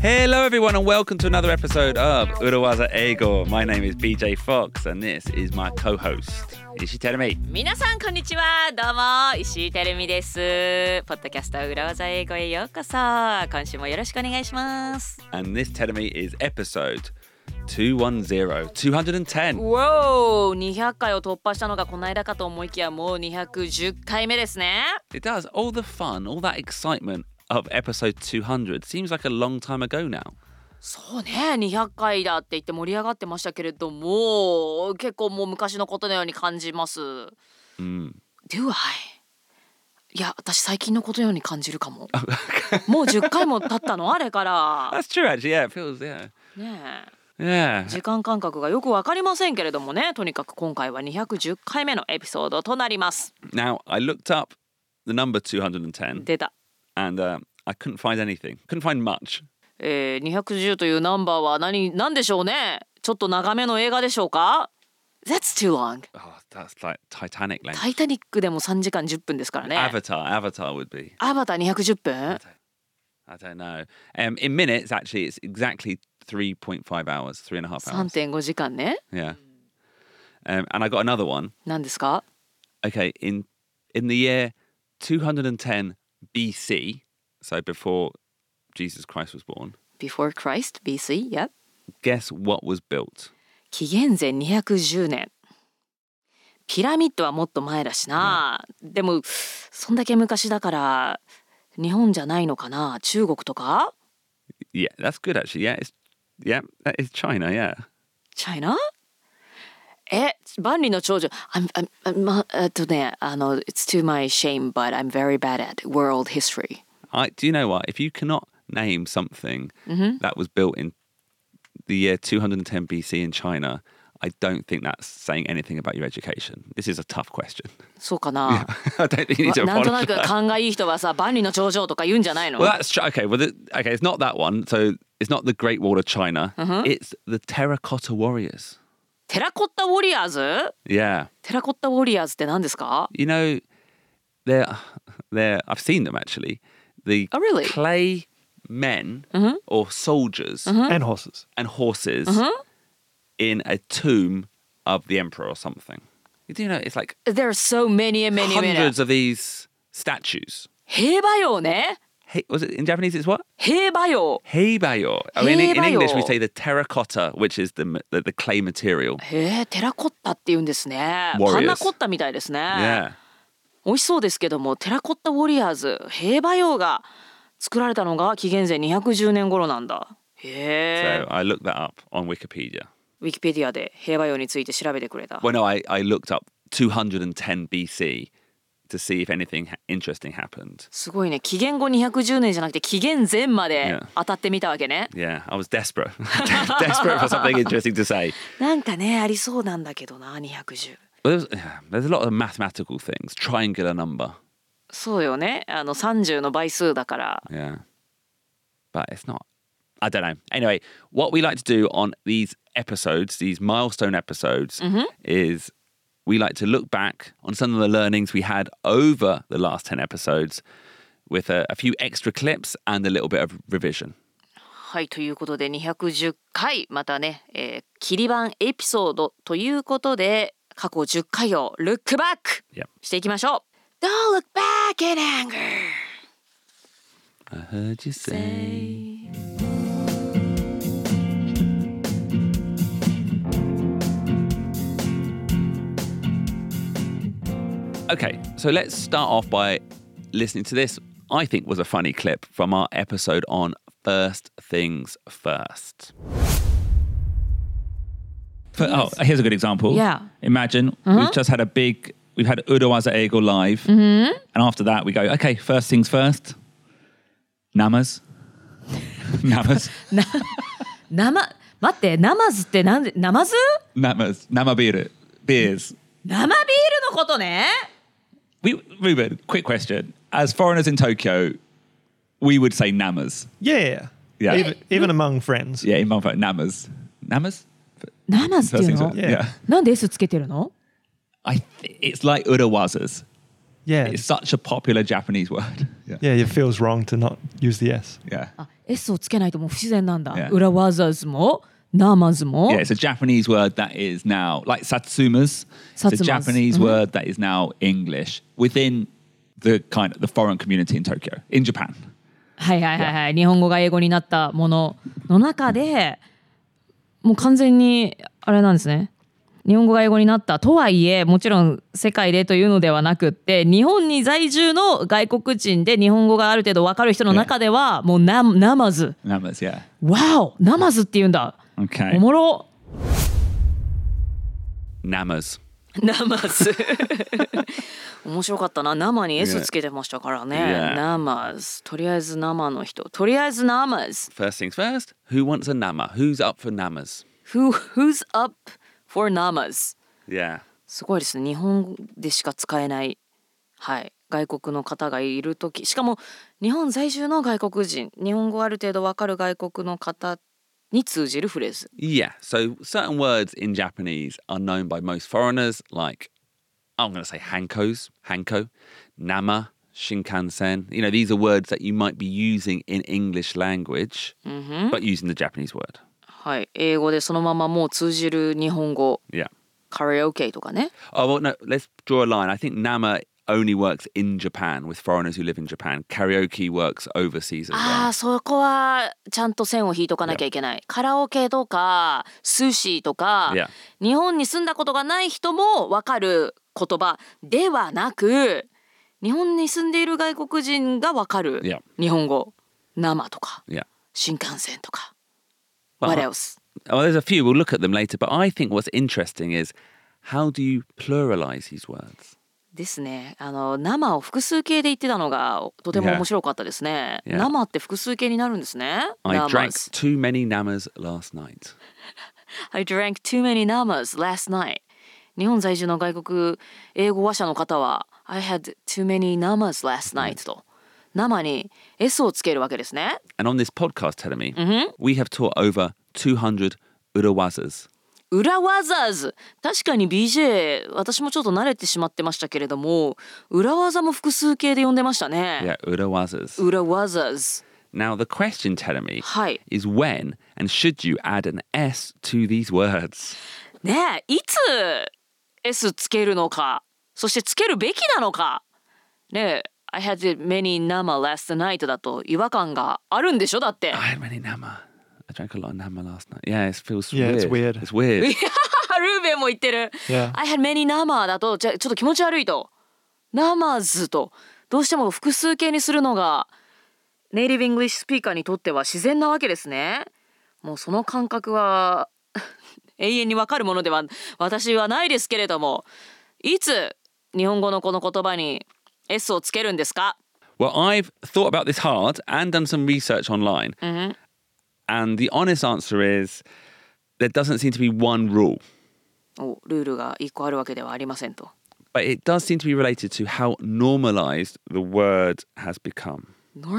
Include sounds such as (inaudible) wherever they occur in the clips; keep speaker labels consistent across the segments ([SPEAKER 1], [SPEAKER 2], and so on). [SPEAKER 1] Hello, everyone, and welcome to another episode of Urawaza Ego. My name is BJ Fox, and this is my co host, Ishi Terumi.
[SPEAKER 2] 皆さんこんにちはどうも石井てるみですポッドキャスト裏技英語へようこそ今週もよろしくお願いします
[SPEAKER 1] And this Terumi is episode 210, 210.
[SPEAKER 2] わお200回を突破したのがこの間かと思いきやもう210回目ですね
[SPEAKER 1] It does. All the fun, all that excitement of episode 200 seems like a long time ago now.
[SPEAKER 2] そうね200回だって言って盛り上がってましたけれども結構もう昔のことのように感じます、Do I? いや私最近のことのように感じるかももう10回も経ったのあれから、
[SPEAKER 1] That's true, actually. Yeah, it feels, yeah.
[SPEAKER 2] ねえ
[SPEAKER 1] Yeah.
[SPEAKER 2] 時間感覚がよくわかりませんけれどもねとにかく今回は210回目のエピソードとなります
[SPEAKER 1] Now, I looked up the number 210
[SPEAKER 2] 出た、
[SPEAKER 1] and um, I couldn't find anything, couldn't find much.
[SPEAKER 2] えー、210というナンバーは何何でしょうねちょっと長めの映画でしょうか That's too long
[SPEAKER 1] Oh, that's like Titanic length.
[SPEAKER 2] タイタニックでも3時間10分ですからね
[SPEAKER 1] Avatar, Avatar would be.
[SPEAKER 2] アバター210分
[SPEAKER 1] I don't know. Um, in minutes, actually, it's exactly 3.5 hours, three and a half hours.
[SPEAKER 2] 3.5時間ね
[SPEAKER 1] Yeah. Um, and I got another one.
[SPEAKER 2] 何ですか
[SPEAKER 1] Okay, in in the year 210 BC, so before Jesus Christ was born,
[SPEAKER 2] Before Christ BC y e p
[SPEAKER 1] guess what was built?
[SPEAKER 2] 紀元前210年ピラミッドはもっと前だしな、でもそんだけ昔だから日本じゃないのかな中国とか
[SPEAKER 1] Yeah, that's good actually. Yeah, it's yeah, that is China. Yeah.
[SPEAKER 2] チャイナえ万里の長女 I'm, I'm, I'm, まえっとねあの It's to my shame but I'm very bad at world history
[SPEAKER 1] I do you know what? If you cannot name something that was built in the year 210 BC in China, I don't think that's saying anything about your education. This is a tough question. (laughs)
[SPEAKER 2] そうかな、
[SPEAKER 1] I don't think you need to
[SPEAKER 2] わなんとな
[SPEAKER 1] apologize.
[SPEAKER 2] く勘がいい人はさ万里の長城とか言うんじゃないの
[SPEAKER 1] Well, that's tr- okay. Well, the, okay, it's not that one. So it's not the Great Wall of China. It's the Terracotta Warriors.
[SPEAKER 2] テラコッタウォリアーズ
[SPEAKER 1] Yeah,
[SPEAKER 2] テラコッタウォリアーズって何ですか
[SPEAKER 1] you know, they're they're. I've seen them actually. The
[SPEAKER 2] Oh, really? Mm-hmm.
[SPEAKER 1] clay men or soldiers
[SPEAKER 3] and horses.
[SPEAKER 1] and horses
[SPEAKER 2] Mm-hmm.
[SPEAKER 1] in a tomb of the emperor or something. You do know it's like
[SPEAKER 2] There are so many and many many
[SPEAKER 1] hundreds of these statues.
[SPEAKER 2] 兵馬俑ね
[SPEAKER 1] Hey, was it in Japanese? It's what
[SPEAKER 2] 兵馬俑
[SPEAKER 1] heibayo. I mean, in, in English we
[SPEAKER 2] Heibayo.
[SPEAKER 1] say the terracotta, which is the m- the, the clay material.
[SPEAKER 2] へえテラコッタって言うんですね
[SPEAKER 1] Warriors
[SPEAKER 2] パンナコッタみたいですね
[SPEAKER 1] Yeah.
[SPEAKER 2] 美味しそうですけどもテラコッタウォリアーズ兵馬俑が作られたのが紀元前210年頃なんだ
[SPEAKER 1] So
[SPEAKER 2] へえ
[SPEAKER 1] I looked that up on Wikipedia.
[SPEAKER 2] ウィキペディアで兵馬俑について調べてくれた
[SPEAKER 1] Well, no, I, I looked up 210 BC to see if anything ha- interesting happened.
[SPEAKER 2] すごいね紀元後210年じゃなくて紀元前まで
[SPEAKER 1] Yeah.
[SPEAKER 2] 当たってみたわけね
[SPEAKER 1] Yeah, I was desperate, (laughs) desperate for something interesting to say.
[SPEAKER 2] なんかねありそうなんだけどな210
[SPEAKER 1] Well, there's, yeah, there's a lot of mathematical things. Triangular number.
[SPEAKER 2] そうよねあの30の倍数だから
[SPEAKER 1] Yeah. But it's not. I don't know. Anyway, what we like to do on these episodes, these milestone episodes, is we like to look back on some of the learnings we had over the last 10 episodes with a, a few extra clips and a little bit of revision.
[SPEAKER 2] はいということで210回またね、えー、切り版エピソードということで過去10回をルックバック
[SPEAKER 1] Yep.
[SPEAKER 2] していきましょう Don't look back in anger
[SPEAKER 1] I heard you say. Okay, so let's start off by listening to this, I think was a funny clip from our episode on first things first.
[SPEAKER 4] For, Oh, here's a good example.
[SPEAKER 2] Yeah.
[SPEAKER 4] Imagine
[SPEAKER 1] Uh-huh.
[SPEAKER 4] we've just had a big, we've had Urawaza Ego live.
[SPEAKER 1] Mm-hmm.
[SPEAKER 4] And after that, we go, okay, first things first. Namas. Namas.
[SPEAKER 2] 生待ってナマズってなんでナマズ
[SPEAKER 4] Namas. Namabiru. Beers.
[SPEAKER 2] 生ビールのことね
[SPEAKER 4] We, Ruben, quick question. As foreigners in Tokyo, we would say Namas.
[SPEAKER 3] Yeah.
[SPEAKER 4] Yeah.
[SPEAKER 3] Even, even among friends.
[SPEAKER 4] Yeah, in Mumford, Namas. Namas?
[SPEAKER 2] ナマズ
[SPEAKER 4] First things first.
[SPEAKER 3] Yeah.
[SPEAKER 2] なんで S つけてるの
[SPEAKER 4] I th- it's like Urawazas.
[SPEAKER 3] Yeah.
[SPEAKER 4] It's such a popular Japanese word. Yeah.
[SPEAKER 3] yeah, it feels wrong to not use the S.
[SPEAKER 4] Yeah.
[SPEAKER 2] あ S をつけないともう不自然なんだ、
[SPEAKER 4] Yeah.
[SPEAKER 2] 裏ワザーズもナーマズも、
[SPEAKER 4] Yeah, it's a Japanese word that is now like satsumas. It's
[SPEAKER 2] Satsumas.
[SPEAKER 4] a Japanese
[SPEAKER 2] Mhm.
[SPEAKER 4] word that is now English within the kind of the foreign community in Tokyo, in Japan.
[SPEAKER 2] はいはいはいはい日本語が英語になったものの中でもう完全にあれなんですね日本語が英語になったとはいえもちろん世界でというのではなくって日本に在住の外国人で日本語がある程度わかる人の中ではもうナナマズ
[SPEAKER 4] Namas, yeah.
[SPEAKER 2] わおナマズって言うんだ
[SPEAKER 4] Okay.
[SPEAKER 2] おもろ
[SPEAKER 1] Namas.
[SPEAKER 2] ナマズ (laughs) 面白かったな生に S
[SPEAKER 1] Yeah.
[SPEAKER 2] つけてましたからね、
[SPEAKER 1] Yeah.
[SPEAKER 2] ナマズとりあえず生の人とりあえずナマズ
[SPEAKER 1] First things first, who wants a nama? Who's up for namas?
[SPEAKER 2] Who, who's up for ナマズ
[SPEAKER 1] Yeah.
[SPEAKER 2] すごいですね日本でしか使えない、はい、外国の方がいる時しかも日本在住の外国人日本語ある程度わかる外国の方に通じるフレーズ
[SPEAKER 1] Yeah. So certain words in Japanese are known by most foreigners, like I'm going to say hankos, hanko, nama, shinkansen. You know, these are words that you might be using in English language, but using the Japanese word.
[SPEAKER 2] はい英語でそのままもう通じる日本語
[SPEAKER 1] Yeah.
[SPEAKER 2] カラオケとかね
[SPEAKER 1] Oh well, no. Let's draw a line. I think nama only works in Japan with foreigners who live in Japan. Karaoke works overseas as
[SPEAKER 2] あ
[SPEAKER 1] well.
[SPEAKER 2] あそこはちゃんと線を引いとかなきゃいけない、カラオケとか寿司とか、
[SPEAKER 1] Yeah.
[SPEAKER 2] 日本に住んだことがない人もわかる言葉ではなく日本に住んでいる外国人がわかる
[SPEAKER 1] Yeah.
[SPEAKER 2] 日本語生とか
[SPEAKER 1] Yeah.
[SPEAKER 2] 新幹線とか
[SPEAKER 1] Well,
[SPEAKER 2] What else?
[SPEAKER 1] Oh, there's a few. We'll look at them later. But I think what's interesting is how do you pluralize these words?
[SPEAKER 2] ですねあの生を複数形で言ってたのがとても
[SPEAKER 1] Yeah.
[SPEAKER 2] 面白かったですね、
[SPEAKER 1] Yeah.
[SPEAKER 2] 生って複数形になるんですね
[SPEAKER 1] I drank
[SPEAKER 2] Namas.
[SPEAKER 1] too many namas last night.
[SPEAKER 2] I drank too many namas last night. 日本在住の外国英語話者の方は I had too many namas last night と生に S をつけるわけですね。
[SPEAKER 1] And on this podcast, telling me, we have taught over 200 urawazas.
[SPEAKER 2] 裏ワザーズ確かに BJ 私もちょっと慣れてしまってましたけれども裏技も複数形で呼んでましたね。
[SPEAKER 1] Yeah, urawazas.
[SPEAKER 2] 裏ワザーズ
[SPEAKER 1] Now, the question, telling me,
[SPEAKER 2] はい。
[SPEAKER 1] is when and should you add an S to these words?
[SPEAKER 2] ねえいつ S つけるのかそしてつけるべきなのかねえ I had many nama last night だと違和感があるんでしょだって
[SPEAKER 1] I had many nama. I drank a lot of nama last night. Yeah, it feels
[SPEAKER 3] Yeah,
[SPEAKER 1] weird.
[SPEAKER 3] it's weird.
[SPEAKER 1] It's weird.
[SPEAKER 2] ルーベンも言ってる
[SPEAKER 3] Yeah.
[SPEAKER 2] I had many nama だとじゃちょっと気持ち悪いと namas とどうしても複数形にするのがネイティブ・イングリッシュスピーカーにとっては自然なわけですねもうその感覚は (laughs) 永遠にわかるものでは私はないですけれどもいつ日本語のこの言葉に S をつけるんですか
[SPEAKER 1] Well, I've thought about this hard and done some research online. And the honest answer is there doesn't seem to be one rule,
[SPEAKER 2] おルールが一個あるわけではありませんと
[SPEAKER 1] but it does seem to be related to how normalized the word has become.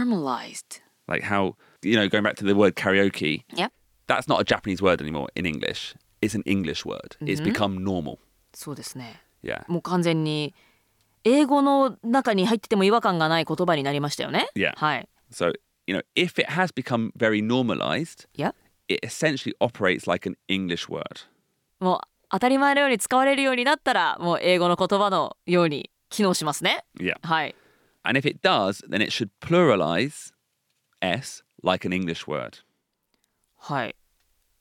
[SPEAKER 2] normalized
[SPEAKER 1] Like how, you know, going back to the word karaoke,
[SPEAKER 2] Yep.
[SPEAKER 1] that's not a Japanese word anymore in English. It's an English word. It's become normal.
[SPEAKER 2] そうですね
[SPEAKER 1] Yeah.
[SPEAKER 2] もう完全に英語の中に入ってても違和感がない言葉になりましたよね。
[SPEAKER 1] Yeah.
[SPEAKER 2] はい。
[SPEAKER 1] So, you know, if it has become very normalized,
[SPEAKER 2] いや、
[SPEAKER 1] it essentially operates like an English word.
[SPEAKER 2] もう当たり前のように使われるようになったら、もう英語の言葉のように機能しますね。
[SPEAKER 1] Yeah.
[SPEAKER 2] はい。
[SPEAKER 1] And if it does, then it should pluralize S like an English word.
[SPEAKER 2] はい。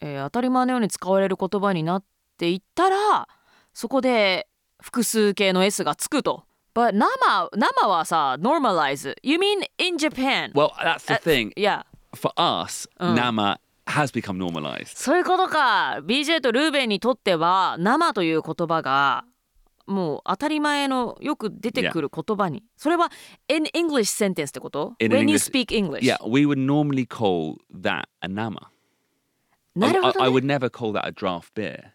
[SPEAKER 2] えー当たり前のように使われる言葉になっていったら、そこで複数形の S がつくと。But 生生はさ、normalize。You mean in Japan?
[SPEAKER 1] Well, that's the thing.
[SPEAKER 2] いや、
[SPEAKER 1] For us, Nama has become normalized.
[SPEAKER 2] そういうことか BJ とルーベンにとっては生という言葉がもう当たり前のよく出てくる言葉にそれは in English sentence ってこと
[SPEAKER 1] In
[SPEAKER 2] When you
[SPEAKER 1] English-
[SPEAKER 2] speak English
[SPEAKER 1] Yeah, we would normally call that a Nama.
[SPEAKER 2] な
[SPEAKER 1] I,
[SPEAKER 2] るほ
[SPEAKER 1] I- I
[SPEAKER 2] ど、ね、
[SPEAKER 1] would never call that a draft beer.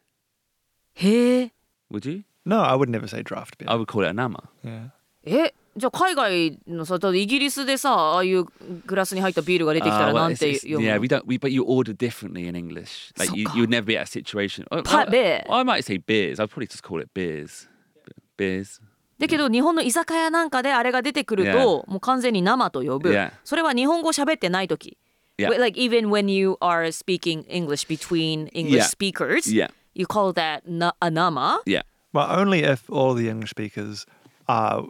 [SPEAKER 2] へえ
[SPEAKER 1] Would you?
[SPEAKER 3] No, I would never say draft
[SPEAKER 4] Oh.
[SPEAKER 3] beer.
[SPEAKER 1] I would call it a Nama.
[SPEAKER 3] yeah.
[SPEAKER 2] えじゃあ海外のさだってイギリスでさああいうグラスに入ったビールが出てきた
[SPEAKER 1] Ah,
[SPEAKER 2] ら
[SPEAKER 1] well,
[SPEAKER 2] なん
[SPEAKER 1] it's-
[SPEAKER 2] て
[SPEAKER 1] it's-
[SPEAKER 2] 読
[SPEAKER 1] yeah,
[SPEAKER 2] む
[SPEAKER 1] we don't. We but you order differently in English. Like you, you would never be at a situation. oh, I-
[SPEAKER 2] Pub beer.
[SPEAKER 1] I might say beers. I'd probably just call it beers. Beers.
[SPEAKER 2] だけど日本の居酒屋なんかであれが出てくると、もう完全に生と呼ぶ。
[SPEAKER 1] Yeah.
[SPEAKER 2] それは日本語喋ってない時。
[SPEAKER 1] Yeah.
[SPEAKER 2] Wh- Like even when you are speaking English between English
[SPEAKER 1] Yeah.
[SPEAKER 2] speakers,
[SPEAKER 1] Yeah.
[SPEAKER 2] you call that na- a nama.
[SPEAKER 1] Yeah.
[SPEAKER 3] Well, only if all the English speakers are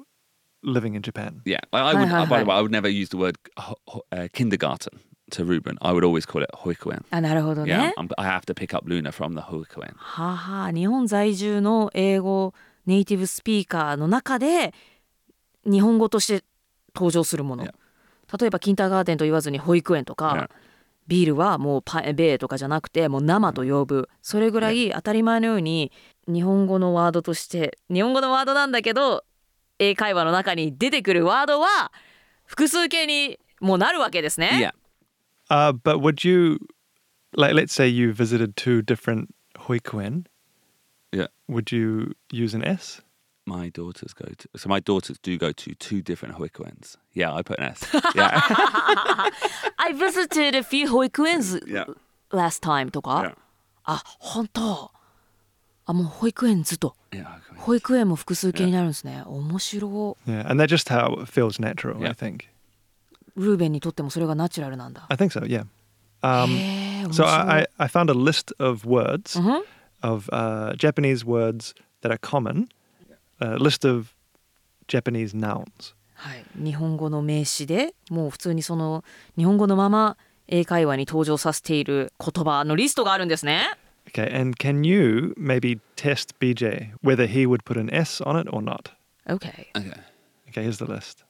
[SPEAKER 3] living in Japan.
[SPEAKER 1] Yeah, I, I
[SPEAKER 2] Hi,
[SPEAKER 1] would.
[SPEAKER 2] hi,
[SPEAKER 1] uh, by the
[SPEAKER 2] hi.
[SPEAKER 1] way, I would never use the word ho- ho- uh, kindergarten to Ruben. I would always call it hoikuen.
[SPEAKER 2] あなるほど
[SPEAKER 1] Yeah,
[SPEAKER 2] ね。
[SPEAKER 1] I'm, I have to pick up Luna from the hoikuen.
[SPEAKER 2] はは日本在住の英語ネイティブスピーカーの中で日本語として登場するもの。
[SPEAKER 1] Yeah.
[SPEAKER 2] 例えばキンターガーデンと言わずに保育園と
[SPEAKER 1] Yeah.
[SPEAKER 2] か。ビールはもうパンベーとかじゃなくてもう生と呼ぶそれぐらい当たり前のように日本語のワードとして日本語のワードなんだけど英会話の中に出てくるワードは複数形にもうなるわけですね。
[SPEAKER 1] Yeah,
[SPEAKER 3] Uh, but would you, like, let's say you visited two different hoikuen,
[SPEAKER 1] yeah.
[SPEAKER 3] would you use an S?
[SPEAKER 1] My daughters go to. So my daughters do go to two different hoikuens. Yeah, I put an S.
[SPEAKER 2] (laughs)
[SPEAKER 1] Yeah,
[SPEAKER 2] I visited a few 保育園
[SPEAKER 1] yeah,
[SPEAKER 2] last time とか
[SPEAKER 1] yeah.
[SPEAKER 2] あ本当あもう保育園ずっと
[SPEAKER 1] yeah. hoikuen.
[SPEAKER 2] 保育園も複数形になるんですね面白
[SPEAKER 3] Yeah, and that's just how it feels natural,
[SPEAKER 1] Yeah.
[SPEAKER 3] I think.
[SPEAKER 2] いルーベンにとってもそれがナチュラルなんだ
[SPEAKER 3] I think so, yeah. Um,
[SPEAKER 2] へえ面
[SPEAKER 3] so
[SPEAKER 2] 白い
[SPEAKER 3] I, I, I found a list of words,
[SPEAKER 2] うん
[SPEAKER 3] of uh, Japanese words that are common, a list of Japanese nouns.
[SPEAKER 2] はい、日本語の名詞でもう普通にその日本語のまま英会話に登場させている言葉のリストがあるんですね。
[SPEAKER 3] Okay, and can you maybe test BJ whether he would put an S on it or not?
[SPEAKER 2] Okay.
[SPEAKER 1] Okay.
[SPEAKER 3] Okay, here's the list.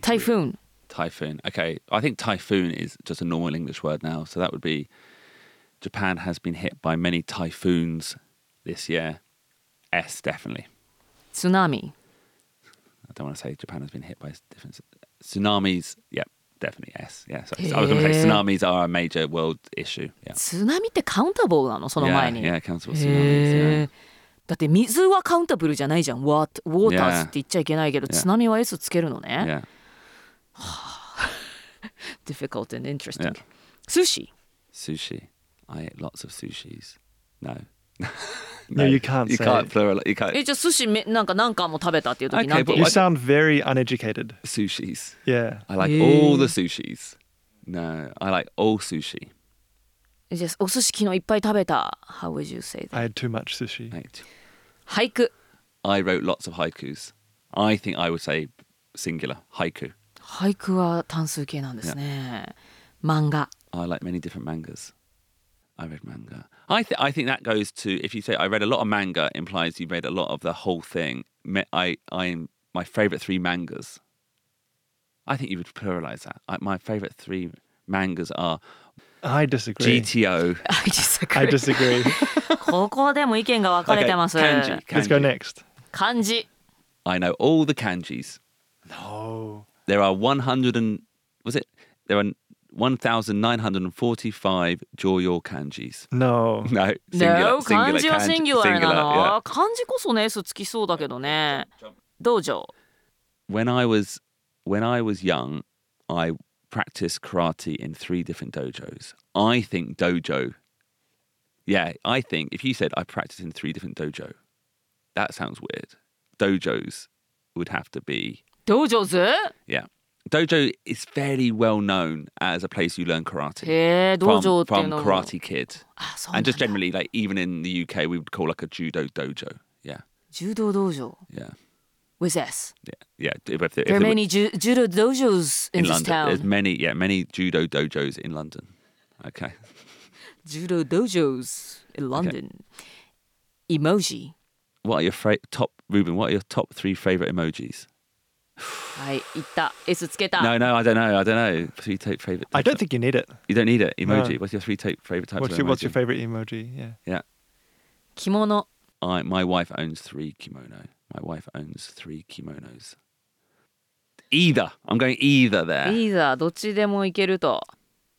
[SPEAKER 2] 台風
[SPEAKER 1] Typhoon. Okay, I think typhoon is just a normal English word now. So that would be Japan has been hit by many typhoons this year. S definitely.
[SPEAKER 2] 津
[SPEAKER 1] I
[SPEAKER 2] 波
[SPEAKER 1] don't want to say Japan has been hit by s- different tsunamis. Yep, definitely S. Yeah, so I was going to say
[SPEAKER 2] Yeah.
[SPEAKER 1] tsunamis are a major world issue. Yeah,
[SPEAKER 2] 津波ってカウンタブルなのその
[SPEAKER 1] yeah,
[SPEAKER 2] 前に。
[SPEAKER 1] yeah, countable tsunamis.
[SPEAKER 2] へえだって水はカウンタブルじゃないじゃん。What waters
[SPEAKER 1] Yeah.
[SPEAKER 2] って言っちゃいけないけど
[SPEAKER 1] Yeah.
[SPEAKER 2] 津波は S つけるの
[SPEAKER 1] Yeah, yeah.
[SPEAKER 2] ね。Difficult and interesting.
[SPEAKER 1] Yeah.
[SPEAKER 2] 寿司
[SPEAKER 1] sushi. I ate lots of sushis. No, (laughs)
[SPEAKER 3] No, you can't
[SPEAKER 1] You
[SPEAKER 3] say
[SPEAKER 1] can't
[SPEAKER 3] it.
[SPEAKER 1] plural. You can't.
[SPEAKER 2] えじゃあ寿司めなんか何貫も食べたっていう時
[SPEAKER 1] Okay,
[SPEAKER 2] なんて
[SPEAKER 1] but
[SPEAKER 2] 言
[SPEAKER 3] You
[SPEAKER 2] う
[SPEAKER 1] I-
[SPEAKER 3] sound very uneducated.
[SPEAKER 1] Sushis.
[SPEAKER 3] Yeah.
[SPEAKER 1] I like all the sushis. No, I like all sushi.
[SPEAKER 2] えじゃあお寿司昨日いっぱい食べた。How would you say that?
[SPEAKER 3] I had too much sushi.
[SPEAKER 1] Like, t-
[SPEAKER 2] 俳句。
[SPEAKER 1] I wrote lots of haikus. I think I would say singular haiku.
[SPEAKER 2] 俳句は単数形なんですね。漫画。 (laughs)
[SPEAKER 1] I like many different mangas. I read manga. I th- I think that goes to if you say I read a lot of manga implies you read a lot of the whole thing. Me- I I'm my favorite three mangas. I think you would pluralize that. I, my favorite three mangas are
[SPEAKER 3] I disagree.
[SPEAKER 1] GTO.
[SPEAKER 2] I disagree.
[SPEAKER 3] I disagree.
[SPEAKER 2] ここでも意見が分かれてます。
[SPEAKER 1] kanji, kanji.
[SPEAKER 3] Let's go next.
[SPEAKER 2] 漢字。
[SPEAKER 1] I know all the kanjis.
[SPEAKER 3] No.
[SPEAKER 1] There are 100 and was it? There are 1,945 Joyo kanjis. (laughs)
[SPEAKER 3] No.
[SPEAKER 1] No, singular.
[SPEAKER 2] No,
[SPEAKER 1] singular
[SPEAKER 2] 漢字は
[SPEAKER 1] kanji-
[SPEAKER 2] シンギュラルな
[SPEAKER 1] yeah.
[SPEAKER 2] の。漢字こそね、S つきそうだけどね。道場。
[SPEAKER 1] when I was when I was young, I practiced karate in three different dojos. I think dojo. Yeah, I think if you said I practiced in three different dojo, that sounds weird. Dojos would have to be
[SPEAKER 2] 道場図
[SPEAKER 1] yeah. Dojo is fairly well known as a place you learn karate.
[SPEAKER 2] へえ、道
[SPEAKER 1] from,
[SPEAKER 2] 場ってい
[SPEAKER 1] from
[SPEAKER 2] うのも。
[SPEAKER 1] Karate Kid,
[SPEAKER 2] あ、そうなん
[SPEAKER 1] and
[SPEAKER 2] だ
[SPEAKER 1] just generally like even in the UK, we would call like a judo dojo. Yeah,
[SPEAKER 2] 柔道道場。
[SPEAKER 1] yeah,
[SPEAKER 2] With S.
[SPEAKER 1] yeah, yeah. If, if, if
[SPEAKER 2] There are
[SPEAKER 1] there were-
[SPEAKER 2] many ju- judo dojo's in this
[SPEAKER 1] London. There's
[SPEAKER 2] town.
[SPEAKER 1] many, yeah, many judo dojos in London. Okay.
[SPEAKER 2] 柔道 dojo's in London. Emoji.
[SPEAKER 1] What are your fra- top, Ruben? What are your top three favorite emojis?
[SPEAKER 2] はい、言った。S つけた。
[SPEAKER 1] No, no, I don't know. I don't know. Three top favorite.
[SPEAKER 3] I don't think you need it.
[SPEAKER 1] you don't need it. Emoji.
[SPEAKER 3] No.
[SPEAKER 1] What's your three top favorite types
[SPEAKER 3] What's
[SPEAKER 1] of
[SPEAKER 3] your,
[SPEAKER 1] emoji?
[SPEAKER 3] what's your favorite emoji? Yeah.
[SPEAKER 1] Yeah.
[SPEAKER 2] 着物。
[SPEAKER 1] I, my wife owns three kimono. My wife owns three kimonos. Either. I'm going either there.
[SPEAKER 2] いいだどっちでもいけると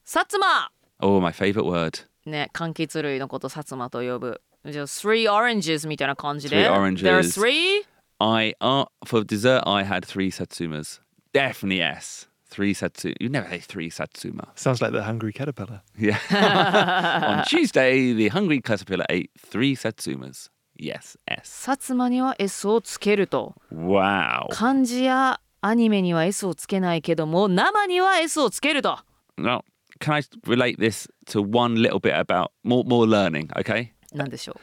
[SPEAKER 2] 薩摩
[SPEAKER 1] Oh, my favorite word.
[SPEAKER 2] ね柑橘類のこと薩摩と呼ぶじゃあ three oranges みたいな感じで
[SPEAKER 1] Three oranges.
[SPEAKER 2] There are three
[SPEAKER 1] I uh, for dessert. I had three satsumas. Definitely yes. Three satsu. You never say three satsuma.
[SPEAKER 3] Sounds like the hungry caterpillar.
[SPEAKER 1] Yeah. On Tuesday, the hungry caterpillar ate three satsumas. Yes, S.
[SPEAKER 2] 薩摩には S をつけると
[SPEAKER 1] Wow.
[SPEAKER 2] 漢字やアニメには S をつけないけども生には S をつけると
[SPEAKER 1] Now, can I relate this to one little bit about more more learning? Okay.
[SPEAKER 2] なんでしょ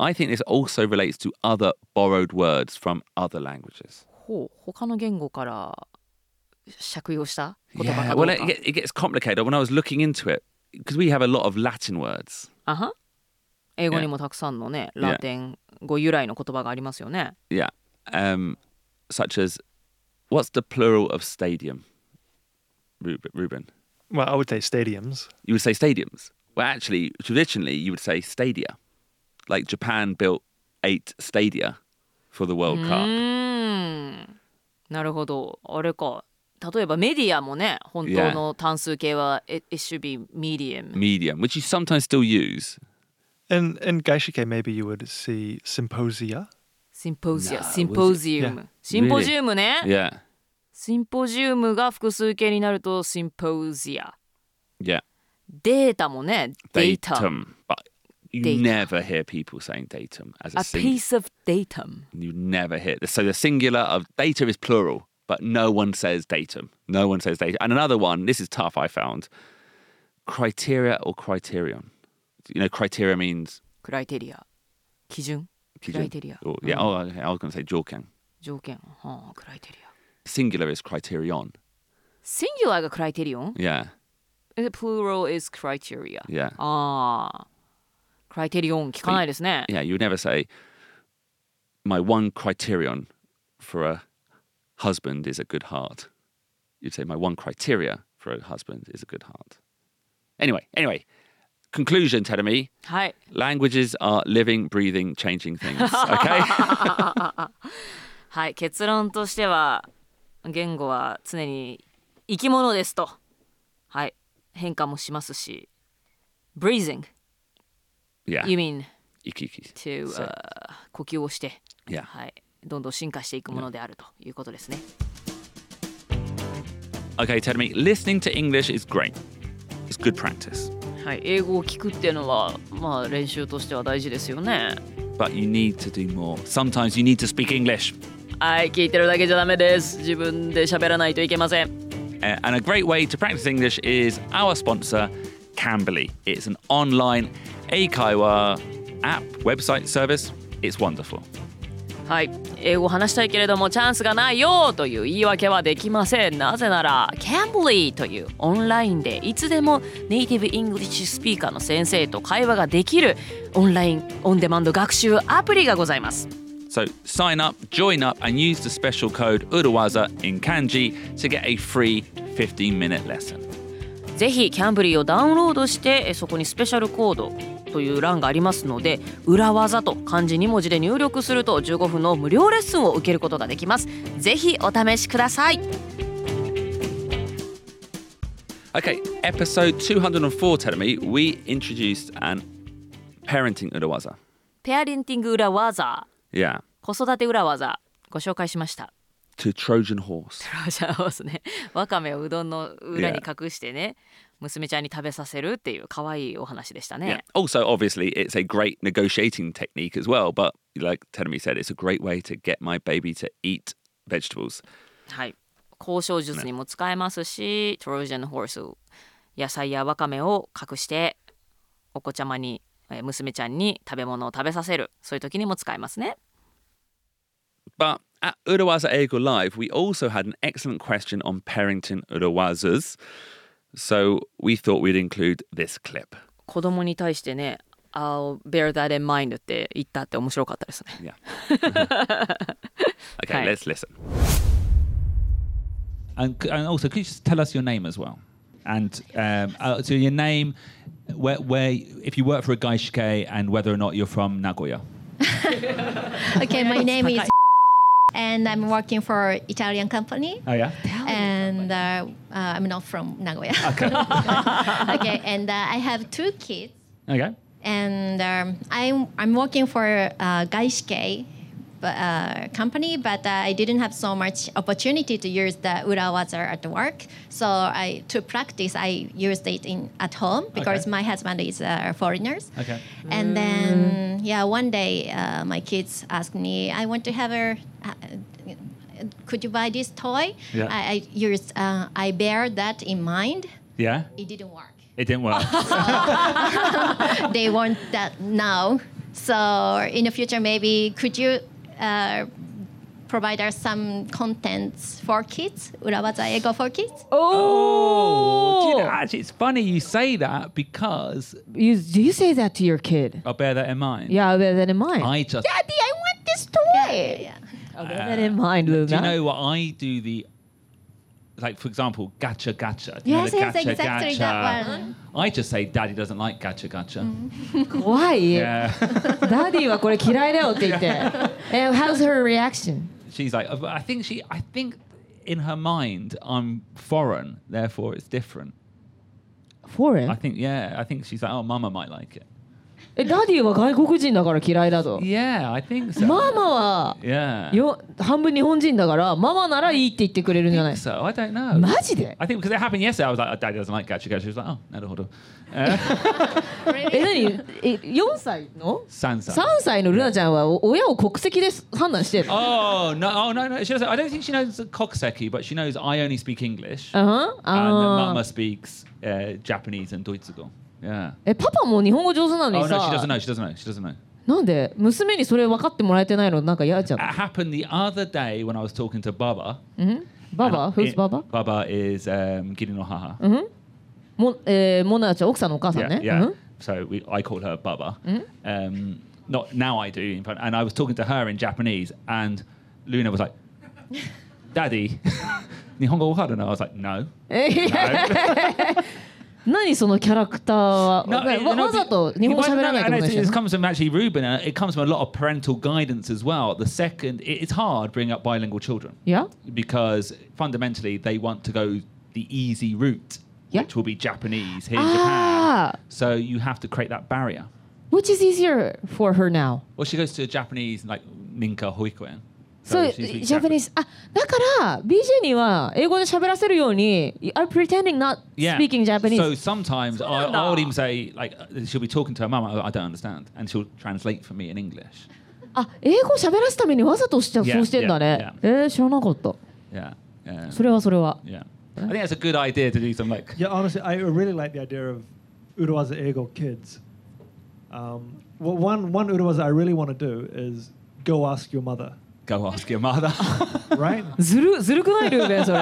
[SPEAKER 1] I think this also relates to other borrowed words from other languages.
[SPEAKER 2] うほう他の言語から借用した言葉
[SPEAKER 1] Yeah,
[SPEAKER 2] かどう
[SPEAKER 1] well,
[SPEAKER 2] か
[SPEAKER 1] it, get- it gets complicated. When I was looking into it, because we have a lot of Latin words.
[SPEAKER 2] あは英語にもたくさんのね
[SPEAKER 1] Yeah.
[SPEAKER 2] ラテン語由来の言葉がありますよね
[SPEAKER 1] Yeah. Um, such as, what's the plural of stadium? Ruben. Ruben.
[SPEAKER 3] Well, I would say stadiums.
[SPEAKER 1] You would say stadiums. Well, actually, traditionally, you would say stadia. Like Japan built eight stadia for the World
[SPEAKER 2] う
[SPEAKER 1] Cup.
[SPEAKER 2] ーんなるほどあれか例えばメディアもね本当の単数形は、it, it should be medium
[SPEAKER 1] Medium, which you sometimes still use.
[SPEAKER 3] In in Gaishike, maybe you would see symposia.
[SPEAKER 2] symposia
[SPEAKER 1] No,
[SPEAKER 2] symposium
[SPEAKER 3] yeah.
[SPEAKER 2] シンポジウムね、
[SPEAKER 1] Yeah.
[SPEAKER 2] シンポジウムが複数形になると symposia
[SPEAKER 1] Yeah.
[SPEAKER 2] データもねデータ
[SPEAKER 1] Datum. But you
[SPEAKER 2] Datum.
[SPEAKER 1] never hear people saying datum as a,
[SPEAKER 2] a
[SPEAKER 1] singular.
[SPEAKER 2] piece of datum
[SPEAKER 1] You never hear this. So the singular of data is plural, but no one says datum. No one says data. And another one, this is tough, I found criteria or criterion. You know, criteria means.
[SPEAKER 2] クライテリア基準 Criteria.
[SPEAKER 1] Or, yeah, oh, okay, I was going to say jorkan.
[SPEAKER 2] 条件はあクライテリア
[SPEAKER 1] Singular is criterion.
[SPEAKER 2] singular が criterion
[SPEAKER 1] Yeah,
[SPEAKER 2] and plural is criteria
[SPEAKER 1] yeah.
[SPEAKER 2] ああ criterion 聞かないですね
[SPEAKER 1] Yeah, you would never say, my one criterion for a husband is a good heart. You'd say, my one criteria for a husband is a good heart. Anyway, anyway, conclusion, Tadami.
[SPEAKER 2] はい
[SPEAKER 1] Languages are living, breathing, changing things. Okay.
[SPEAKER 2] はい結論としては言語は常に生き物ですとはい変化もしますし breathing
[SPEAKER 1] yeah.
[SPEAKER 2] you mean
[SPEAKER 1] Iki- iki.
[SPEAKER 2] to、
[SPEAKER 1] So-
[SPEAKER 2] uh, 呼吸をして
[SPEAKER 1] Yeah.
[SPEAKER 2] はいどんどん進化していくものであるということですね
[SPEAKER 1] Okay, Tadami. Listening to English is great. It's good practice,
[SPEAKER 2] はい英語を聞くっていうのはまあ練習としては大事ですよね
[SPEAKER 1] but you need to do more. Sometimes you need to speak English.
[SPEAKER 2] はい聞いてるだけじゃダメです自分で喋らないといけません
[SPEAKER 1] Uh, and a great way to practice English is our sponsor, Cambly. It's an online Eikaiwa app, website service. It's wonderful.
[SPEAKER 2] はい英語を話したいけれどもチャンスがないよという言い訳はできませんなぜなら Cambly というオンラインでいつでもネイティブイングリッシュスピーカーの先生と会話ができるオンラインオンデマンド学習アプリがございます
[SPEAKER 1] So sign up, join up, and use the special code Urawaza in Kanji to get a free 15 minute lesson.
[SPEAKER 2] ぜひ Cambly をダウンロードしてえそこにスペシャルコードという欄がありますので裏技と漢字2文字で入力すると15分の無料レッスンを受けることができますぜひお試しください
[SPEAKER 1] Okay, episode 204, Tedemi, we introduced an parenting Urawaza.
[SPEAKER 2] ペアレンティング裏技
[SPEAKER 1] Yeah,
[SPEAKER 2] 子育て裏技ご紹介しました。
[SPEAKER 1] to Trojan horse.
[SPEAKER 2] ロジャーホースね。 (laughs) わかめをうどんの裏に隠してね、娘ちゃんに食べさせるっていう可愛いお話でしたね。
[SPEAKER 1] Yeah. Also, obviously, it's a great negotiating technique as well. But like Tedemi said, it's a great way to get my baby to eat vegetables.
[SPEAKER 2] はい。交渉術にも使えますし、トロジャンホース、野菜やわかめを隠して、お子ちゃまに、えー娘ちゃんに食べ物を食べさせる、そういう時にも使えますね。
[SPEAKER 1] But at Urawaza Ego Live, we also had an excellent question on parenting Urawazas. So we thought we'd include this clip.
[SPEAKER 2] 子供に対してね、I'll bear that in mind って言ったって面白かったですね。
[SPEAKER 4] (laughs)
[SPEAKER 1] Yeah. okay,
[SPEAKER 2] Okay.
[SPEAKER 1] let's listen.
[SPEAKER 4] And, c- and also, could you just tell us your name as well? And um, uh, so your name, where, where, if you work for a gaishike, and whether or not you're from Nagoya.
[SPEAKER 5] Okay, my name is and I'm working for Italian company
[SPEAKER 4] Oh yeah.
[SPEAKER 5] and uh, uh, I'm not from Nagoya. Okay, (laughs) and uh, I have two kids
[SPEAKER 4] Okay.
[SPEAKER 5] and um, I'm I'm working for uh, Gaishike uh, company, but uh, I didn't have so much opportunity to use the urawaza at work. So I to practice, I used it in at home because
[SPEAKER 4] Okay.
[SPEAKER 5] my husband is uh, foreigners.
[SPEAKER 4] Okay.
[SPEAKER 5] And then yeah, one day uh, my kids asked me, I want to have a. Uh, could you buy this toy?
[SPEAKER 4] Yeah.
[SPEAKER 5] I, I used. Uh, I bear that in mind.
[SPEAKER 4] Yeah.
[SPEAKER 5] It didn't work
[SPEAKER 4] It didn't work.
[SPEAKER 5] they want that now. So in the future, maybe could you uh, provide us some contents for kids? Urawaza Ego for kids?
[SPEAKER 4] oh, do you know,
[SPEAKER 2] Oh,
[SPEAKER 4] actually, it's funny (laughs) you say that because
[SPEAKER 2] you, do you say that to your kid?
[SPEAKER 4] I'll bear that in mind.
[SPEAKER 2] Yeah, bear that in mind.
[SPEAKER 4] I just
[SPEAKER 2] Daddy, I want this toy.
[SPEAKER 5] Yeah.
[SPEAKER 2] I'll bear that in mind, Luna.
[SPEAKER 4] Do you know what I do? The like, for example, gacha gacha. Do you know
[SPEAKER 5] Yes,
[SPEAKER 4] the
[SPEAKER 5] yes,
[SPEAKER 4] gacha,
[SPEAKER 5] exactly
[SPEAKER 4] gacha?
[SPEAKER 5] that one.
[SPEAKER 4] I just say, Daddy doesn't like gacha gacha.
[SPEAKER 2] Mm-hmm.
[SPEAKER 6] 怖い、
[SPEAKER 4] Yeah, (laughs)
[SPEAKER 6] ダディはこれ嫌いだよって
[SPEAKER 2] (laughs)
[SPEAKER 6] 言って And how's her reaction?
[SPEAKER 4] she's like, "Oh, but I think she, I think in her mind, I'm foreign, therefore it's different. I
[SPEAKER 6] Foreign?
[SPEAKER 4] think, yeah, I think she's like, oh, Mama might like it.
[SPEAKER 6] えダディは外国人だから嫌いだと
[SPEAKER 4] Yeah, I think so.
[SPEAKER 6] ママは
[SPEAKER 4] Yeah,
[SPEAKER 6] よ半分日本人だからママならいいって言ってくれるんじゃない
[SPEAKER 4] so I don't know.
[SPEAKER 6] マジで
[SPEAKER 4] I think because it happened yesterday, I was like, oh, Daddy doesn't like gacha gacha. She was like, oh, no, hold on.
[SPEAKER 6] え何え4歳の
[SPEAKER 4] Sansa.
[SPEAKER 6] 3歳のルナちゃんはお親を国籍で判断してるの
[SPEAKER 4] Oh no! Oh no! No, she doesn't. I don't think she knows Kokuseki, but she knows I only speak English,
[SPEAKER 6] うんあ
[SPEAKER 4] and then
[SPEAKER 6] ー
[SPEAKER 4] Mama speaks uh, Japanese and Deutsche. Yeah.
[SPEAKER 6] えパパも日本語上手なの
[SPEAKER 4] Oh
[SPEAKER 6] に
[SPEAKER 4] no, she
[SPEAKER 6] さ
[SPEAKER 4] doesn't know. She doesn't know. She doesn't know.
[SPEAKER 6] なんで娘にそれ分かってもらえてないのなんか嫌じゃ
[SPEAKER 4] It
[SPEAKER 6] ん
[SPEAKER 4] happened the other day when I was talking to Baba.
[SPEAKER 6] ババ
[SPEAKER 4] And
[SPEAKER 6] Who's ババ
[SPEAKER 4] it- Baba is um, Giri no Haha.
[SPEAKER 6] もえーモナちゃん奥さんのお母さ
[SPEAKER 4] Yeah,
[SPEAKER 6] んね
[SPEAKER 4] yeah.
[SPEAKER 6] うん
[SPEAKER 4] So we, I call her Baba. Um, not now I do, in fact. And I was talking to her in Japanese, and Luna was like, "Daddy, (laughs) Nihongo wakara?" And I was like, "No."
[SPEAKER 6] えいや (laughs)
[SPEAKER 4] no.
[SPEAKER 6] 何そのキャラクターは、
[SPEAKER 4] No,
[SPEAKER 6] わ
[SPEAKER 4] it-
[SPEAKER 6] わ
[SPEAKER 4] no,
[SPEAKER 6] わざ
[SPEAKER 4] it-
[SPEAKER 6] と日本語
[SPEAKER 4] well,
[SPEAKER 6] 喋
[SPEAKER 4] no,
[SPEAKER 6] らないってこ
[SPEAKER 4] and
[SPEAKER 6] とで
[SPEAKER 4] it's-
[SPEAKER 6] しょ
[SPEAKER 4] It comes from actually Ruben, and it comes from a lot of parental guidance as well. The second, it- it's hard bringing up bilingual children
[SPEAKER 6] いや
[SPEAKER 4] because fundamentally they want to go the easy route,
[SPEAKER 6] Yeah.
[SPEAKER 4] which will be Japanese here in
[SPEAKER 6] Ah.
[SPEAKER 4] Japan. So you have to create that barrier.
[SPEAKER 6] Which is easier for her now?
[SPEAKER 4] Well, she goes to Japanese like Ninka Hoikuen.
[SPEAKER 6] そう、
[SPEAKER 4] she speaks
[SPEAKER 6] ジャパニーズ。あ、だから、BJ には英語で喋らせるように、I'm pretending not speaking
[SPEAKER 4] So
[SPEAKER 6] Japanese.
[SPEAKER 4] sometimes I, I would even say, like, uh, she'll be talking to her mum, I, I don't understand. And she'll translate for me in English.
[SPEAKER 6] あ、英語喋らすためにわざとして
[SPEAKER 4] Yeah,
[SPEAKER 6] そうしてんだね。え
[SPEAKER 4] yeah,
[SPEAKER 6] ー、知らなかった。
[SPEAKER 4] Yeah. Yeah.
[SPEAKER 6] それはそれは。
[SPEAKER 4] yeah. I think that's a good idea to do some like
[SPEAKER 3] Yeah, honestly, I really like the idea of Urawaza Ego kids. Um, well, one one Urawaza I really want to do is go ask your mother,
[SPEAKER 4] go ask your mother.
[SPEAKER 3] (laughs)
[SPEAKER 4] (laughs)
[SPEAKER 3] right?
[SPEAKER 6] ずる、ずるくないルーベン、それ。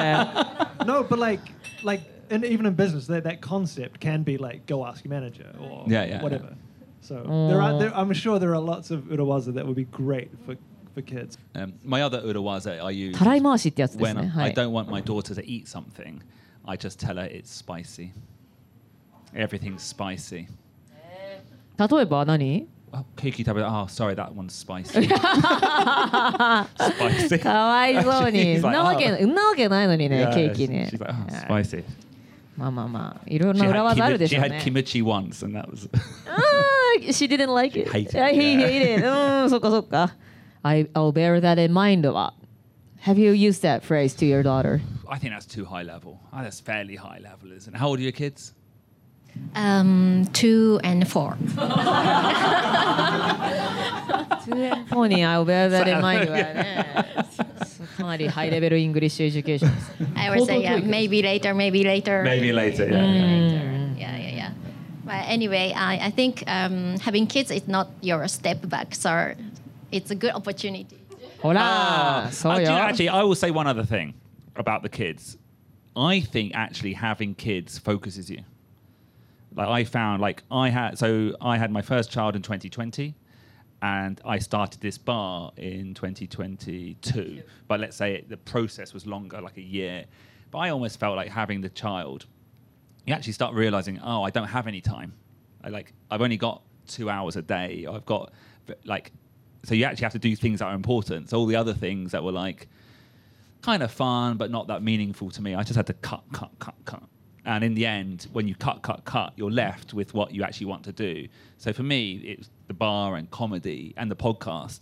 [SPEAKER 3] no, but like like and even in business, that that concept can be like go ask your manager or
[SPEAKER 4] Yeah, yeah,
[SPEAKER 3] whatever. So there are there, I'm sure there are lots of Urawaza that would be great for for kids.
[SPEAKER 4] um, my other urawaza I use
[SPEAKER 6] たらい回しってやつです
[SPEAKER 4] when
[SPEAKER 6] ね。
[SPEAKER 4] I,
[SPEAKER 6] は
[SPEAKER 4] I
[SPEAKER 6] い。
[SPEAKER 4] don't want my daughter to eat something, I just tell her it's spicy. Everything's spicy.
[SPEAKER 6] 例え
[SPEAKER 4] (laughs)
[SPEAKER 6] ば何、
[SPEAKER 4] Oh, Kiki Tabata. Oh, sorry, that one's spicy. spicy.
[SPEAKER 6] かわいそうに。
[SPEAKER 4] She's
[SPEAKER 6] (laughs) そ
[SPEAKER 4] like,
[SPEAKER 6] んなわけ、
[SPEAKER 4] oh.
[SPEAKER 6] そんなわけないのにね、
[SPEAKER 4] Yeah,
[SPEAKER 6] ケーキね
[SPEAKER 4] She's。like, oh,
[SPEAKER 6] はい
[SPEAKER 4] spicy.
[SPEAKER 6] まあまあまあ、いろん
[SPEAKER 4] She
[SPEAKER 6] な
[SPEAKER 4] had,
[SPEAKER 6] 裏技ある
[SPEAKER 4] kimi-
[SPEAKER 6] で
[SPEAKER 4] she
[SPEAKER 6] しょう
[SPEAKER 4] had
[SPEAKER 6] ね。 (laughs)
[SPEAKER 4] kimchi once, and that was. (laughs)
[SPEAKER 6] あー she didn't like it.
[SPEAKER 4] Hated it,
[SPEAKER 6] I hate
[SPEAKER 4] yeah.
[SPEAKER 6] it. うん、そっかそっか。I, I'll bear that in mind は。Have you used that phrase to your daughter?
[SPEAKER 4] I think that's too high level. Oh, that's fairly high level, isn't it? How old are your kids?
[SPEAKER 5] Um, two and four.
[SPEAKER 6] ポニー、I'll bear that in mind はね。かなりハイレベルイングリッシュエデュケーションです。
[SPEAKER 5] I would say yeah, maybe later, maybe later.
[SPEAKER 4] later. Yeah.
[SPEAKER 6] Mm.
[SPEAKER 5] Yeah, yeah, yeah. But anyway, I, I think um, having kids is not your step back, so it's a good opportunity.
[SPEAKER 6] ほら、
[SPEAKER 4] Ah,
[SPEAKER 6] そ
[SPEAKER 4] do
[SPEAKER 6] う
[SPEAKER 4] you know,
[SPEAKER 6] よ。
[SPEAKER 4] actually, I will say one other thing about the kids. I think actually having kids focuses you. Like I found, like I had, so I had my first child in 2020, and I started this bar in 2022. But let's say the process was longer, like a year. But I almost felt like having the child, you actually start realizing, oh, I don't have any time. I like I've only got two hours a day. I've got like, so you actually have to do things that are important. So all the other things that were like kind of fun, but not that meaningful to me. I just had to cut, cut, cut, cut. And in the end, when you cut, cut, cut, you're left with what you actually want to do. So for me, it's the bar and comedy and the podcast.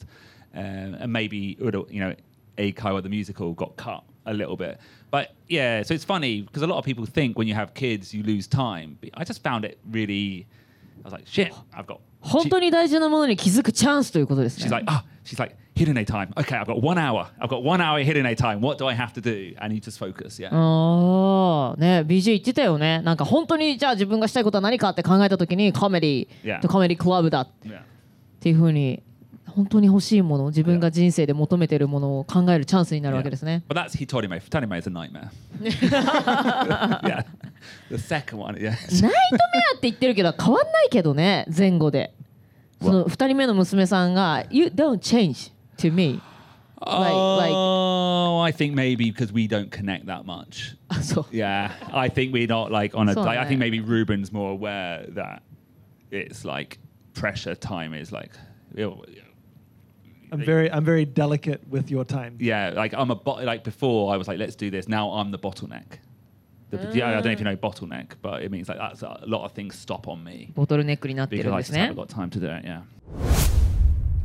[SPEAKER 4] um, and maybe Uro- you know Eikai or the musical got cut a little bit. But yeah, so it's funny because a lot of people think when you have kids you lose time. But I just found it really. I was like, shit, I've got.
[SPEAKER 6] 本当に大事なものに気づくチャンスということですね。
[SPEAKER 4] She's like, oh, she's like, hirune time. Okay, I've got one hour. I've got one hour hirune time. What do I have to do? I need to focus. Yeah.
[SPEAKER 6] Mm. ああ、ね、BJ 言ってたよね。なんか本当にじゃあ自分がしたいことは何かって考えたときにカメリ
[SPEAKER 4] Yeah.
[SPEAKER 6] とカメリクラブだっ
[SPEAKER 4] yeah.
[SPEAKER 6] ていうふうに本当に欲しいもの、自分が人生で求めているものを考えるチャンスになるわけですね。
[SPEAKER 4] But that's Hitorime. Hitorime is a
[SPEAKER 6] (laughs)
[SPEAKER 4] nightmare. yeah. The second one, yeah.
[SPEAKER 6] ナイトメアって言ってるけど変わんないけどね、前後で。その二人目の娘さんが You don't change to me。like-
[SPEAKER 4] oh, I think maybe because we don't connect that much.
[SPEAKER 6] あ、そう。
[SPEAKER 4] Yeah. I think we're not like on a.
[SPEAKER 6] So
[SPEAKER 4] like, I
[SPEAKER 6] that-
[SPEAKER 4] think maybe Ruben's more aware that it's like pressure time is like.
[SPEAKER 3] I'm very, I'm very delicate with your time.
[SPEAKER 4] yeah, like I'm a bot. Like before, I was like, let's do this. Now I'm the bottleneck. The, yeah, I don't know if you know bottleneck, but it means like that's a lot of things stop on me
[SPEAKER 6] ボトルネックになってる
[SPEAKER 4] because
[SPEAKER 6] ん
[SPEAKER 4] I
[SPEAKER 6] で
[SPEAKER 4] just
[SPEAKER 6] すね
[SPEAKER 4] haven't。got time to do it. Yeah.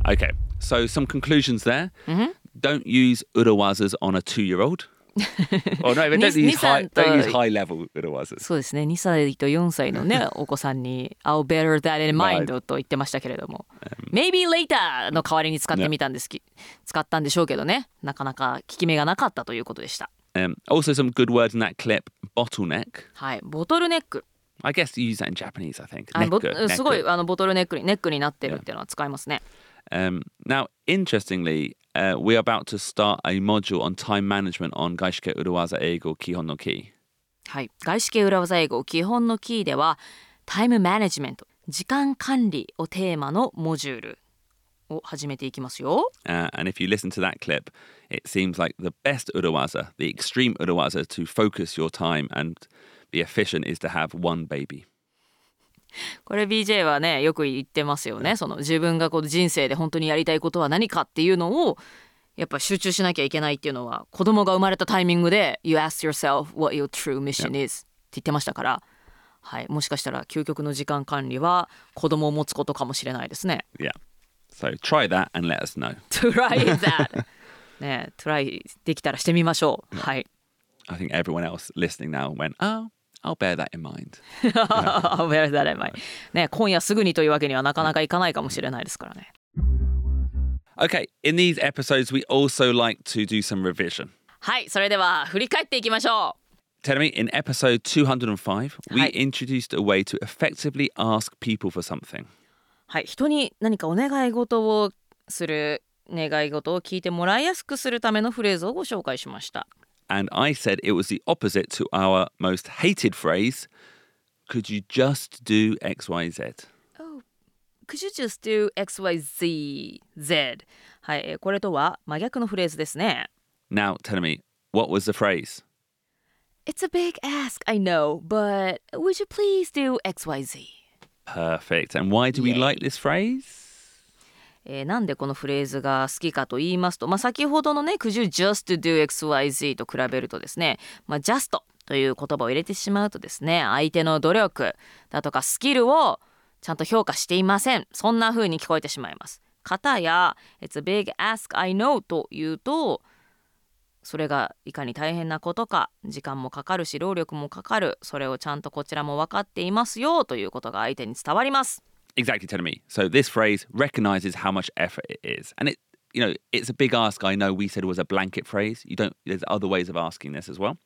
[SPEAKER 1] Okay, so some conclusions there. Don't use urawazas on a two-year-old. or no, but don't
[SPEAKER 2] Nis-
[SPEAKER 1] use high,
[SPEAKER 2] Nissan to-
[SPEAKER 1] don't use high-level urawazas.
[SPEAKER 2] そうですね2歳と4歳のねお子さんに「I'll better that in
[SPEAKER 1] Right.
[SPEAKER 2] mind」と言ってましたけれども「Maybe later」の代わりに使ってみたんですき使ったんでしょうけどねなかなか効き目がなかったということでした。
[SPEAKER 1] Um, also, some good words in that clip. Bottleneck.
[SPEAKER 2] はい、ボトルネック
[SPEAKER 1] I guess you use that in Japanese. I think.
[SPEAKER 2] あのぼ
[SPEAKER 1] Necker,
[SPEAKER 2] すごい
[SPEAKER 1] necker.
[SPEAKER 2] あのボトルネックにネックになってるっていうのは使いますね。
[SPEAKER 1] Um, now, interestingly, uh, we're about to start a module on time management on Gaishike Uruwaza Eigo Kihon no Ki.
[SPEAKER 2] はい、外資系裏技英語基本のキーではタイムマネジメント時間管理をテーマのモジュールを始めていきますよ。
[SPEAKER 1] Uh, and if you listen to that clip, it seems like the best Uruwaza, the extreme Uruwaza to focus your time and be efficient is to have one baby.
[SPEAKER 2] これ BJ はねよく言ってますよね。その自分がこう人生で本当にやりたいことは何かっていうのをやっぱ集中しなきゃいけないっていうのは子供が生まれたタイミングで You ask yourself what your true mission is って言ってましたから、はい、もしかしたら究極の時間管理は子供を持つことかもしれないですね。 (laughs)
[SPEAKER 1] Yeah. So try that and let us know.
[SPEAKER 2] try (laughs) that ねえトライできたらしてみましょう。はい。
[SPEAKER 1] I think everyone else listening now went, oh, I'll bear that in mind.
[SPEAKER 2] (laughs) あおやりだれまいね今夜すぐにというわけにはなかなかいかないかもしれないですからね
[SPEAKER 1] Okay, in these episodes, we also like to do some revision.
[SPEAKER 2] はいそれでは振り返っていきましょ
[SPEAKER 1] Teremi, in episode 205, we
[SPEAKER 2] Hi.
[SPEAKER 1] introduced a way to effectively ask people for something.
[SPEAKER 2] うはい人に何かお願い事をする願い事を聞いてもらいやすくするためのフレーズをご紹介しました
[SPEAKER 1] And I said it was the opposite to our most hated phrase could you just do XYZ?
[SPEAKER 2] Could you just do XYZ? はいえーこれとは真逆のフレーズですね
[SPEAKER 1] Now, Teremi, what was the phrase?
[SPEAKER 2] It's a big ask, I know, but would you please do XYZ?
[SPEAKER 1] Perfect. And why do we like this phrase?
[SPEAKER 2] えーなんでこのフレーズが好きかと言いますと、まあ、先ほどのね「Could you just do XYZ」と比べるとですね「まあ、just」という言葉を入れてしまうとですね相手の努力だとかスキルをちゃんと評価していませんそんな風に聞こえてしまいます。方や「It's a big ask I know」というとそれがいかに大変なことか時間もかかるし労力もかかるそれをちゃんとこちらも分かっていますよということが相手に伝わります。
[SPEAKER 1] Exactly, Teremi. So this phrase recognizes how much effort it is. And it, you know, it's a big ask. I know we said it was a blanket phrase. You don't, there's other ways of asking this as well.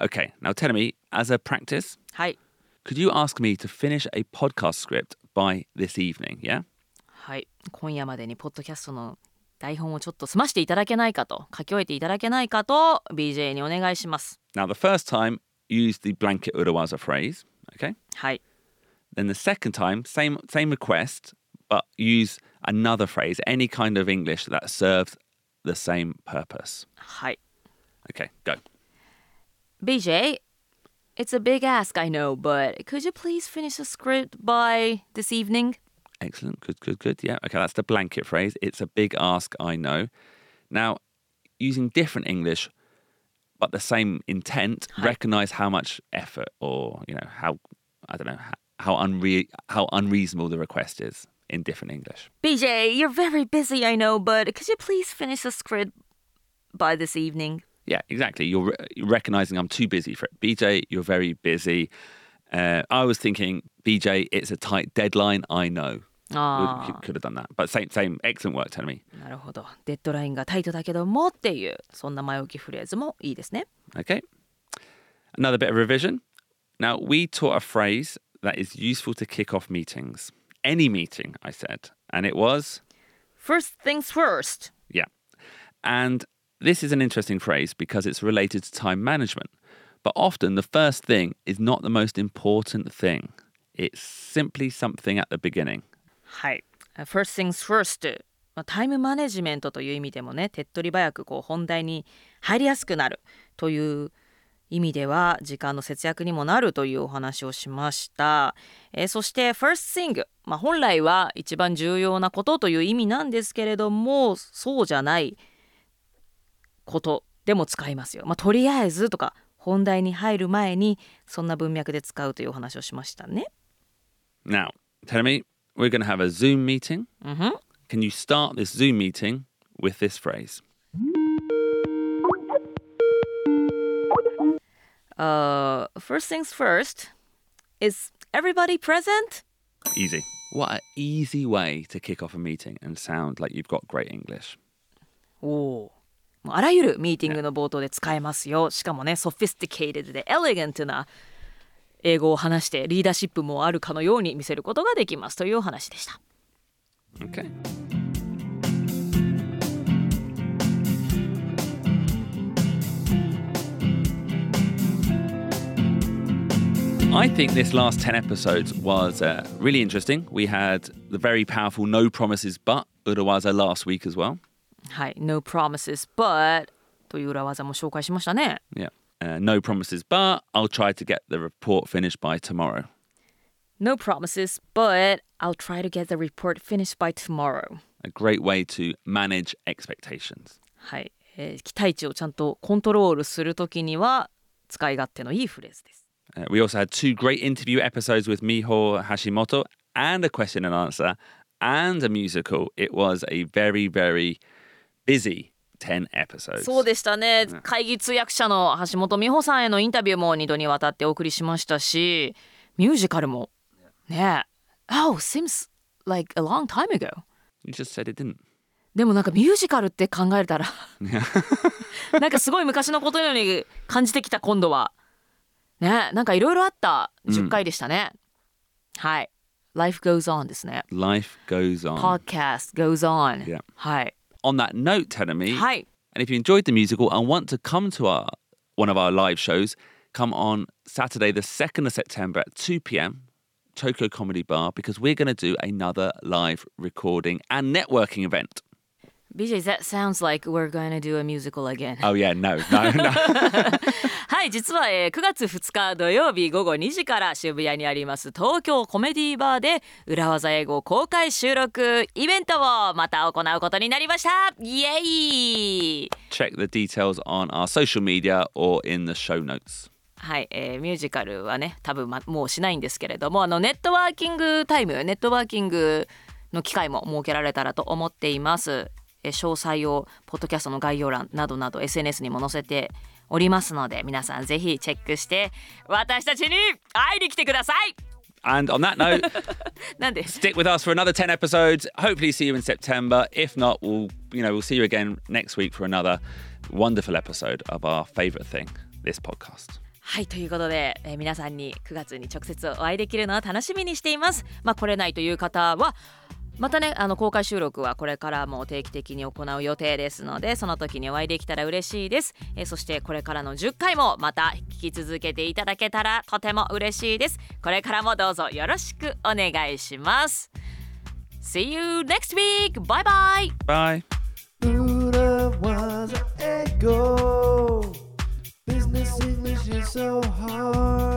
[SPEAKER 1] Okay, now Teremi, as a practice,
[SPEAKER 2] はい、
[SPEAKER 1] could you ask me to finish a podcast script by this evening? Yeah.
[SPEAKER 2] はい、今夜までにポッドキャストの台本をちょっと済ましていただけないかと書き終えていただけないかと BJ にお願いします。
[SPEAKER 1] Now, the first time, use the blanket Urawaza phrase. Okay.
[SPEAKER 2] はい、
[SPEAKER 1] Then the second time, same same request, but use another phrase, any kind of English that serves the same purpose.
[SPEAKER 2] はい。
[SPEAKER 1] Okay, go.
[SPEAKER 2] BJ, it's a big ask I know, but could you please finish the script by this evening?
[SPEAKER 1] Excellent. Good, good, good. Yeah. Okay, that's the blanket phrase. It's a big ask, I know. Now, using different English but the same intent, recognize how much effort or, you know, how I don't know, how unre- how unreasonable the request is in different English.
[SPEAKER 2] BJ, you're very busy, I know, but could you please finish the script by this evening?
[SPEAKER 1] Yeah, exactly. You're, re- you're recognizing I'm too busy for it. BJ, you're very busy. Uh, I was thinking, BJ, it's a tight deadline. I know.
[SPEAKER 2] Ah.
[SPEAKER 1] Would- Could have done that, but same, same. Excellent work, Tanami.
[SPEAKER 2] なるほど。デッドラインがタイトだけどもっていう、そんな前置きフレーズもいいですね。
[SPEAKER 1] Okay. Another bit of revision. Now, we taught a phrase that is useful to kick off meetings. Any meeting, I said. And it was,
[SPEAKER 2] First things first.
[SPEAKER 1] yeah. And this is an interesting phrase because it's related to time management. But often the first thing is not the most important thing, it's simply something at the beginning.
[SPEAKER 2] はい。First things first。まあタイムマネジメントという意味でもね、手っ取り早くこう本題に入りやすくなるという意味では時間の節約にもなるというお話をしました。えーそして First thing、まあ、本来は一番重要なことという意味なんですけれども、そうじゃないことでも使いますよ。まあ、とりあえずとか本題に入る前にそんな文脈で使うというお話をしましたね。
[SPEAKER 1] Now, tell me, we're going to have a Zoom meeting. Mm-hmm. Can you start this Zoom meeting with this phrase?
[SPEAKER 2] uh, first things first, is everybody present?
[SPEAKER 1] Easy. What an easy way to kick off a meeting and sound like you've got great English.
[SPEAKER 2] おお。もうあらゆるミーティングの冒頭で使えますよ。しかもね、ソフィスティケイテッドでエレガントな英語を話してリーダーシップもあるかのように見せることができますというお話でした。
[SPEAKER 1] Okay. I think this last 10 episodes was uh, really interesting. We had the very powerful No Promises But Urawaza last week as well.
[SPEAKER 2] はい、No promises but という裏技も紹介しましたね。
[SPEAKER 1] Yeah. Uh, no Promises But I'll try to get the report finished by tomorrow.
[SPEAKER 2] No promises but I'll try to get the report finished by tomorrow.
[SPEAKER 1] A great way to manage expectations.
[SPEAKER 2] はい、えー期待値をちゃんとコントロールするときには使い勝手のいいフレーズです。
[SPEAKER 1] Uh, we also had two great interview episodes with Miho Hashimoto and a question and answer and a musical. It was a very, very busy 10 episodes.
[SPEAKER 2] そうでしたね会議通訳者の橋本美穂さんへのインタビューも2度にわたってお送りしましたしミュージカルもねえ Oh seems like a long time ago
[SPEAKER 1] You just said it didn't.
[SPEAKER 2] でもなんかミュージカルって考え (laughs) たらなんかすごい昔のことのように感じてきた今度はねえなんかいろいろあった10回でしたね、はい Life goes on ですね
[SPEAKER 1] Life goes on.
[SPEAKER 2] Podcast goes on、
[SPEAKER 1] Yeah.
[SPEAKER 2] はい、
[SPEAKER 1] on that note, Tanami,
[SPEAKER 2] はい、
[SPEAKER 1] and if you enjoyed the musical and want to come to our one of our live shows, come on Saturday, the 2nd of September at 2 p.m. Toko Comedy Bar because we're going to do another live recording and networking event.
[SPEAKER 2] BJ that sounds like we're gonna do a musical again
[SPEAKER 1] Oh, yeah, no, no, no.
[SPEAKER 2] はい実は、えー9月2日土曜日午後2時から渋谷にあります東京コメディバーで裏技英語公開収録イベントをまた行うことになりましたイエイ
[SPEAKER 1] check the details on our social media or in the show notes.
[SPEAKER 2] はい、えーミュージカルはね多分、ま、もうしないんですけれどもあのネットワーキングタイムネットワーキングの機会も設けられたらと思っています、えー詳細をポッドキャストの概要欄などなど SNS にも載せておりますので皆さんぜひチェックして私たちに会いに来てください
[SPEAKER 1] And on that note,
[SPEAKER 2] なんで
[SPEAKER 1] stick with us for another 10 episodes. Hopefully see you in September. If not, we'll you know, we'll see you again next week for another wonderful episode of our favorite thing, this podcast.
[SPEAKER 2] (laughs) はいということで、えー皆さんに9月に直接お会いできるのを楽しみにしています。まあ、来れないという方はまたねあの公開収録はこれからも定期的に行う予定ですのでその時にお会いできたら嬉しいです、えーそしてこれからの10回もまた聞き続けていただけたらとても嬉しいですこれからもどうぞよろしくお願いします See you next week! バイバイ
[SPEAKER 1] Bye.
[SPEAKER 7] Buddha was an ego. Business English is so hard.